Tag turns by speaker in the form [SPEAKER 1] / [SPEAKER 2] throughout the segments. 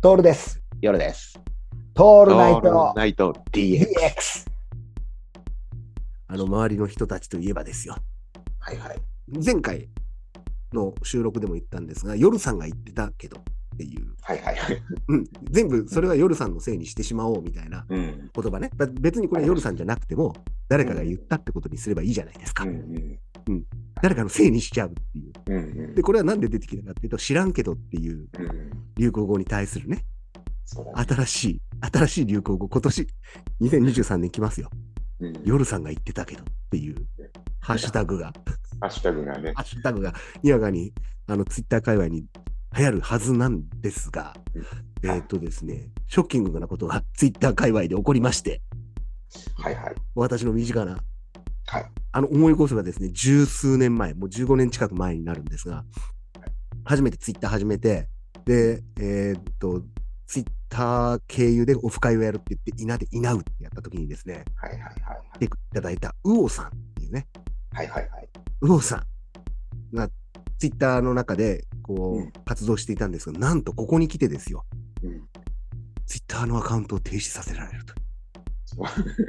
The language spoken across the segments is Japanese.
[SPEAKER 1] トールです。
[SPEAKER 2] 夜です。
[SPEAKER 1] ト
[SPEAKER 2] オ
[SPEAKER 1] ールナイト
[SPEAKER 2] ナイト DX。
[SPEAKER 1] DX。
[SPEAKER 3] あの周りの人たちといえばですよ。
[SPEAKER 1] はいはい。
[SPEAKER 3] 前回の収録でも言ったんですが、夜さんが言ってたけどっていう、
[SPEAKER 1] はいはいはい。
[SPEAKER 3] うん、全部それは夜さんのせいにしてしまおうみたいな
[SPEAKER 2] うん。
[SPEAKER 3] 言葉ね。だ別にこれは夜さんじゃなくても、誰かが言ったってことにすればいいじゃないですか。
[SPEAKER 2] ん。
[SPEAKER 3] 誰かのせいにしちゃうっていう。
[SPEAKER 2] うん。
[SPEAKER 3] で、これはなんで出てきたかっていうと、知らんけどっていう
[SPEAKER 2] うん。
[SPEAKER 3] 流行語に対するね、
[SPEAKER 1] そうだね。
[SPEAKER 3] 新しい、新しい流行語、今年2023年来ますよ。
[SPEAKER 2] うん。
[SPEAKER 3] 夜さんが言ってたけどっていうハッシュタグが。
[SPEAKER 2] ハッシュタグがね。
[SPEAKER 3] ハッシュタグがにわかにあのツイッター界隈に流行るはずなんですが、えっ、とですね、ショッキングなことがツイッター界隈で起こりまして、
[SPEAKER 1] はいはい。
[SPEAKER 3] 私の身近な、
[SPEAKER 1] はい
[SPEAKER 3] あの思い起こせばですね、十数年前、もう15年近く前になるんですが、初めてツイッター始めて、で、えっ、と、ツイッター経由でオフ会をやるって言って、いなでいなうってやった時にですね、
[SPEAKER 1] はいはいはい。
[SPEAKER 3] 来ていただいたウオさんっていうね、
[SPEAKER 1] はいはいはい。
[SPEAKER 3] ウオさんがツイッターの中でこう、
[SPEAKER 2] うん
[SPEAKER 3] 活動していたんですが、なんとここに来てですよ、
[SPEAKER 2] うん
[SPEAKER 3] ツイッターのアカウントを停止させられると。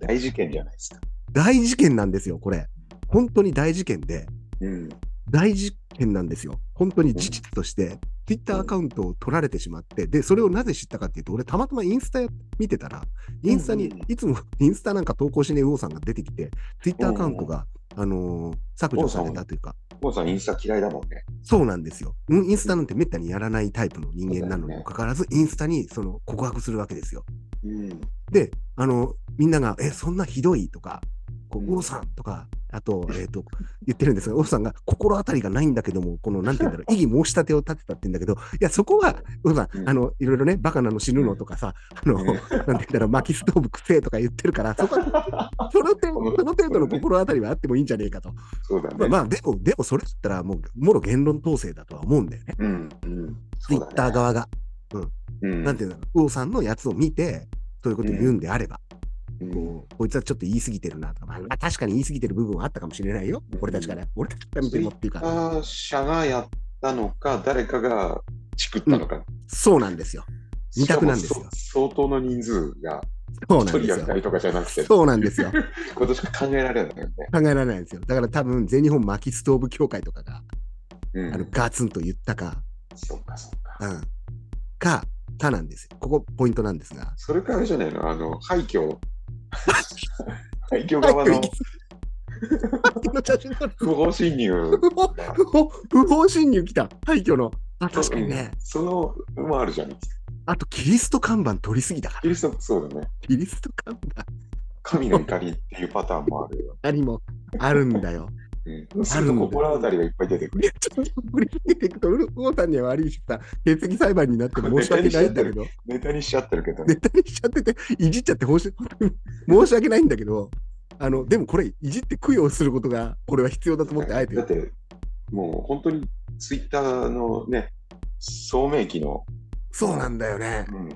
[SPEAKER 2] 大事件じゃないですか。
[SPEAKER 3] 大事件なんですよ、これ。本当に大事件で、
[SPEAKER 2] うん。
[SPEAKER 3] 大事件なんですよ。本当に事実として、ツイッターアカウントを取られてしまって、で、それをなぜ知ったかっていうと、俺、たまたまインスタ見てたら、インスタに
[SPEAKER 2] うん、
[SPEAKER 3] いつもインスタなんか投稿しねえウオさんが出てきて、ツイッターアカウントが、あのー削除されたというか、
[SPEAKER 2] コウさんインスタ嫌いだもんね。
[SPEAKER 3] そうなんですよ。うんインスタなんてめったにやらないタイプの人間なのにもかかわらず、インスタにその告白するわけですよ。
[SPEAKER 2] うん。
[SPEAKER 3] で、あの、みんなが、え、そんなひどいとか、こ
[SPEAKER 2] う
[SPEAKER 3] う、
[SPEAKER 2] ん
[SPEAKER 3] 王さんとか、あと、えっ、と、言ってるんですが、王さんが心当たりがないんだけども、この、なんて言うん だろう、異議申し立てを立てたって言うんだけど、いや、そこは、王さ
[SPEAKER 2] うん
[SPEAKER 3] ん、あの、いろいろね、バカなの死ぬのとかさ、あの、
[SPEAKER 2] うん
[SPEAKER 3] なんて言うんだろう、薪ストーブくせえとか言ってるから、そこ は、その程度、その程度の心当たりはあってもいいんじゃねえかと。
[SPEAKER 2] そうだ
[SPEAKER 3] まあ、
[SPEAKER 2] ね。
[SPEAKER 3] まあ、でも、でもそれだったら、もう、もろ言論統制だとは思うんだよね。
[SPEAKER 2] うん。うん。
[SPEAKER 3] ツイッター側が、
[SPEAKER 2] うん。
[SPEAKER 3] なんていうの、ウオさんのやつを見て、そういうこと言うんであれば、
[SPEAKER 2] うん。
[SPEAKER 3] こうこいつはちょっと言い過ぎてるなとか、まあ、確かに言い過ぎてる部分はあったかもしれないよ、
[SPEAKER 2] うん
[SPEAKER 3] 俺たちから、俺たちから見てもっていうか、
[SPEAKER 2] あー社がやったのか、誰かがチクったのか。
[SPEAKER 3] そうなんですよ、二択なんですよ
[SPEAKER 2] しかもそ相当の人数が、
[SPEAKER 3] そうな
[SPEAKER 2] 一
[SPEAKER 3] ん
[SPEAKER 2] 人
[SPEAKER 3] で
[SPEAKER 2] や
[SPEAKER 3] す
[SPEAKER 2] 二
[SPEAKER 3] よ
[SPEAKER 2] 人。とかじゃなくて、
[SPEAKER 3] そうなんですよ。
[SPEAKER 2] ことしか考えられないよね。
[SPEAKER 3] 考えられないんですよ。だから多分、全日本薪ストーブ協会とかが、
[SPEAKER 2] う
[SPEAKER 3] あの
[SPEAKER 2] ん。
[SPEAKER 3] ガツンと言ったか、
[SPEAKER 2] そうか、そうか。
[SPEAKER 3] うん、か、かなんですよ。ここ、ポイントなんですが。
[SPEAKER 2] それからじゃないのあの、廃 墟。廃墟側の
[SPEAKER 3] 廃墟の写真撮る
[SPEAKER 2] 不法侵入
[SPEAKER 3] 不法不法不法侵入来た、廃墟の。あ、 確かにね。
[SPEAKER 2] そのもあるじゃん。
[SPEAKER 3] あと、キリスト看板取りすぎだか
[SPEAKER 2] キ
[SPEAKER 3] ら。
[SPEAKER 2] リスト、そうだね。
[SPEAKER 3] キリスト看板
[SPEAKER 2] 神の怒りっていうパターンもあるよ。
[SPEAKER 3] 何もあるんだよ。
[SPEAKER 2] うん、すると心当たりがいっぱい出てく
[SPEAKER 3] い
[SPEAKER 2] る。
[SPEAKER 3] やちょっと振り切っていくと、ウルフ・オータンには悪いしさ、欠席裁判になって申し訳ないんだけど、
[SPEAKER 2] ネタにしちゃってるけどね
[SPEAKER 3] ネ。タにしちゃってて、いじっちゃって申し申し訳ないんだけど、あのでもこれ、いじって供養することが、これは必要だと思って、あえて
[SPEAKER 2] だっ。て、もう本当にツイッターのね、聡明期の、
[SPEAKER 3] そうなんだよね
[SPEAKER 2] う。ん、
[SPEAKER 3] い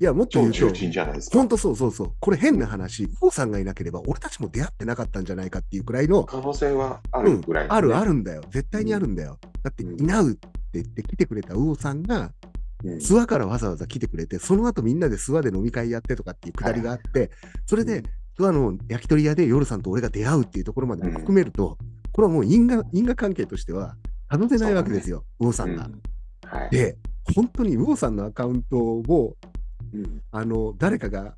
[SPEAKER 3] や、もっと言
[SPEAKER 2] 超
[SPEAKER 3] う
[SPEAKER 2] 重
[SPEAKER 3] と、
[SPEAKER 2] 鎮じゃないですか。
[SPEAKER 3] 本当そうそうそう、これ変な話、ウォさんがいなければ、俺たちも出会ってなかったんじゃないかっていうくらいの、
[SPEAKER 2] 可能性はあ
[SPEAKER 3] う
[SPEAKER 2] る
[SPEAKER 3] ん
[SPEAKER 2] ぐらい、
[SPEAKER 3] あるあ。るんだよ。絶対にあるんだよ。だって、
[SPEAKER 2] うん
[SPEAKER 3] いなうって言って来てくれたウオさんが、
[SPEAKER 2] うん
[SPEAKER 3] 諏訪からわざわざ来てくれて、その後みんなで諏訪で飲み会やってとかっていうくだりがあって、それで、諏訪の焼き鳥屋で夜さんと俺が出会うっていうところまでも含めると、これはもう因果因果関係としては、たどせないわけですよ、ウオさ
[SPEAKER 2] うんん
[SPEAKER 3] が。
[SPEAKER 2] はい。
[SPEAKER 3] で、本当にウオさんのアカウントを、
[SPEAKER 2] うん
[SPEAKER 3] あの、誰かが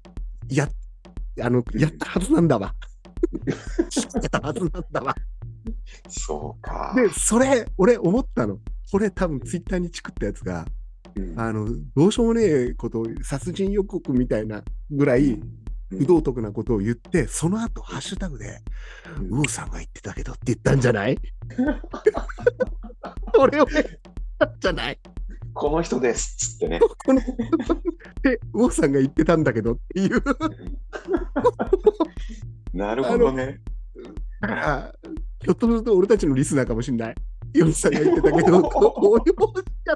[SPEAKER 3] や、あの、やったはずなん だわ。知ってたはずなんだわ。
[SPEAKER 2] そうか。
[SPEAKER 3] で、それ、俺思ったの。これ多分ツイッターにチクったやつが、
[SPEAKER 2] うん
[SPEAKER 3] あの、どうしようもねえことを、殺人予告みたいなぐらい、
[SPEAKER 2] うん
[SPEAKER 3] 不道徳なことを言って、その後、ハッシュタグで、
[SPEAKER 2] うん
[SPEAKER 3] ウオさんが言ってたけどって言ったんじゃない俺を言ったんじゃない
[SPEAKER 2] この人ですっつってね。
[SPEAKER 3] この、え、ウオさんが言ってたんだけどっていう。だ
[SPEAKER 2] なるほどね。
[SPEAKER 3] から、ひょっとすると俺たちのリスナーかもしんない。ヨルさんが言ってたけど、こう応用しちゃ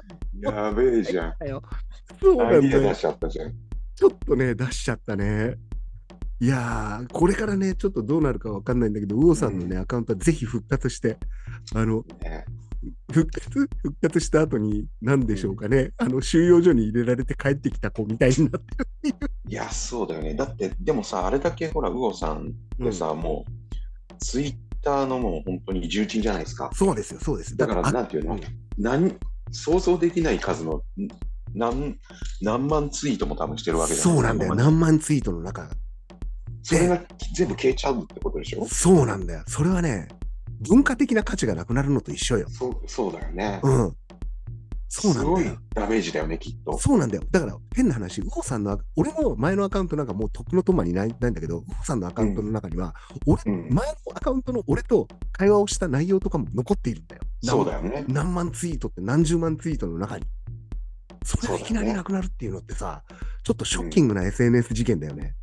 [SPEAKER 3] っ
[SPEAKER 2] やべえじゃん。
[SPEAKER 3] たよ。そう
[SPEAKER 2] ア
[SPEAKER 3] な
[SPEAKER 2] イ
[SPEAKER 3] んだ
[SPEAKER 2] ディア
[SPEAKER 3] よ
[SPEAKER 2] 出。しちゃったじゃん。
[SPEAKER 3] ちょっとね、出しちゃったね。いやー、これからね、ちょっとどうなるかわかんないんだけど、ウオさんのね、アカウントはぜひ復活して、あの、
[SPEAKER 2] ね
[SPEAKER 3] 復活、復活した後に、何でしょうかね、あの、収容所に入れられて帰ってきた子みたいになってる。
[SPEAKER 2] いや、そうだよね。だって、でもさ、あれだけほら、ウオさんってさ、もう、ツイッターのもう本当に重鎮じゃないですか。
[SPEAKER 3] そうですよ、そうです。
[SPEAKER 2] だから、
[SPEAKER 3] あ
[SPEAKER 2] なんていうの、
[SPEAKER 3] うん
[SPEAKER 2] 何、想像できない数の、ん何、何万ツイートも多分してるわけじゃない
[SPEAKER 3] そうなんだよ。
[SPEAKER 2] 今まで
[SPEAKER 3] 何万ツイートの中。
[SPEAKER 2] それが全部消えちゃうってことでしょ
[SPEAKER 3] そうなんだよ。それはね、文化的な価値がなくなるのと一緒よ。
[SPEAKER 2] そうそうだよね。
[SPEAKER 3] うん。そうなんだ
[SPEAKER 2] すごい
[SPEAKER 3] よ。
[SPEAKER 2] ダメージだよね、きっと。
[SPEAKER 3] そうなんだよ。だから、変な話、ウホさんのアカ、俺の前のアカウントなんかもうとっくのとまにないないんだけど、ウホさんのアカウントの中には、俺、
[SPEAKER 2] うん
[SPEAKER 3] 前のアカウントの俺と会話をした内容とかも残っているんだよ。
[SPEAKER 2] そうだよね。
[SPEAKER 3] 何万ツイートって何十万ツイートの中に。それがいきな
[SPEAKER 2] そうだ
[SPEAKER 3] り
[SPEAKER 2] ね
[SPEAKER 3] なくなるっていうのってさ、ちょっとショッキングな SNS 事件だよね。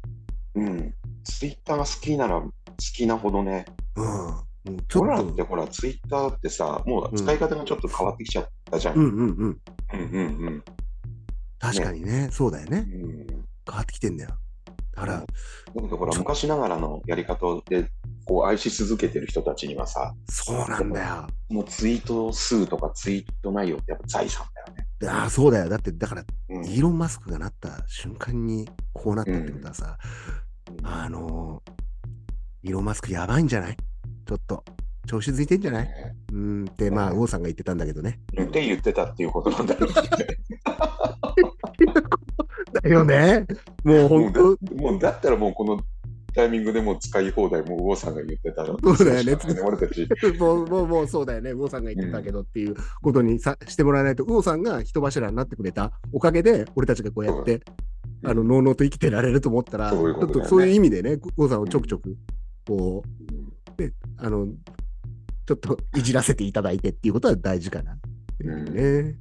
[SPEAKER 2] うん。ツイッターが好きなら好きなほどね。
[SPEAKER 3] うん。もうち
[SPEAKER 2] 俺
[SPEAKER 3] ょ
[SPEAKER 2] ら
[SPEAKER 3] っ
[SPEAKER 2] って
[SPEAKER 3] と。
[SPEAKER 2] ほら、ツイッターってさ、もう使い方がちょっと変わってきちゃったじゃん。
[SPEAKER 3] うんうんうん。
[SPEAKER 2] うんうんうん。
[SPEAKER 3] 確かにね、そうだよね。
[SPEAKER 2] うん
[SPEAKER 3] 変わってきてんだよ。だから、
[SPEAKER 2] だけどほら昔ながらのやり方でこう愛し続けてる人たちにはさ
[SPEAKER 3] そうなんだよ。
[SPEAKER 2] もうツイート数とかツイート内容ってやっぱ財産だよね。
[SPEAKER 3] ああ、そうだよ。だって、だから、
[SPEAKER 2] うん
[SPEAKER 3] イーロン・マスクがなった瞬間にこうなったってことはさ、あのーイーロン・マスクやばいんじゃないちょっと、調子づいてんじゃないうんーんって、まあ、王さんが言ってたんだけどね。
[SPEAKER 2] うんって言ってたっていうことなんだろう
[SPEAKER 3] だよね。もう本当、
[SPEAKER 2] ね もうだったらもうこのタイミングでもう使い放題もう王さんが言ってたら
[SPEAKER 3] そうだよね
[SPEAKER 2] 俺たち
[SPEAKER 3] もう、もう、もうそうだよね。ウオさんが言ってたけどっていうことにさ、してもらわないと、ウオさんが人柱になってくれたおかげで、俺たちがこうやって、
[SPEAKER 2] うん
[SPEAKER 3] あの、のうのうと生きてられると思ったら、
[SPEAKER 2] そういう
[SPEAKER 3] ち
[SPEAKER 2] こ
[SPEAKER 3] ょっ
[SPEAKER 2] とだよね
[SPEAKER 3] とそういう意味でね、ウオさんをちょくちょく、こう、で、あの、ちょっといじらせていただいてっていうことは大事かな。
[SPEAKER 2] うん
[SPEAKER 3] ね。うん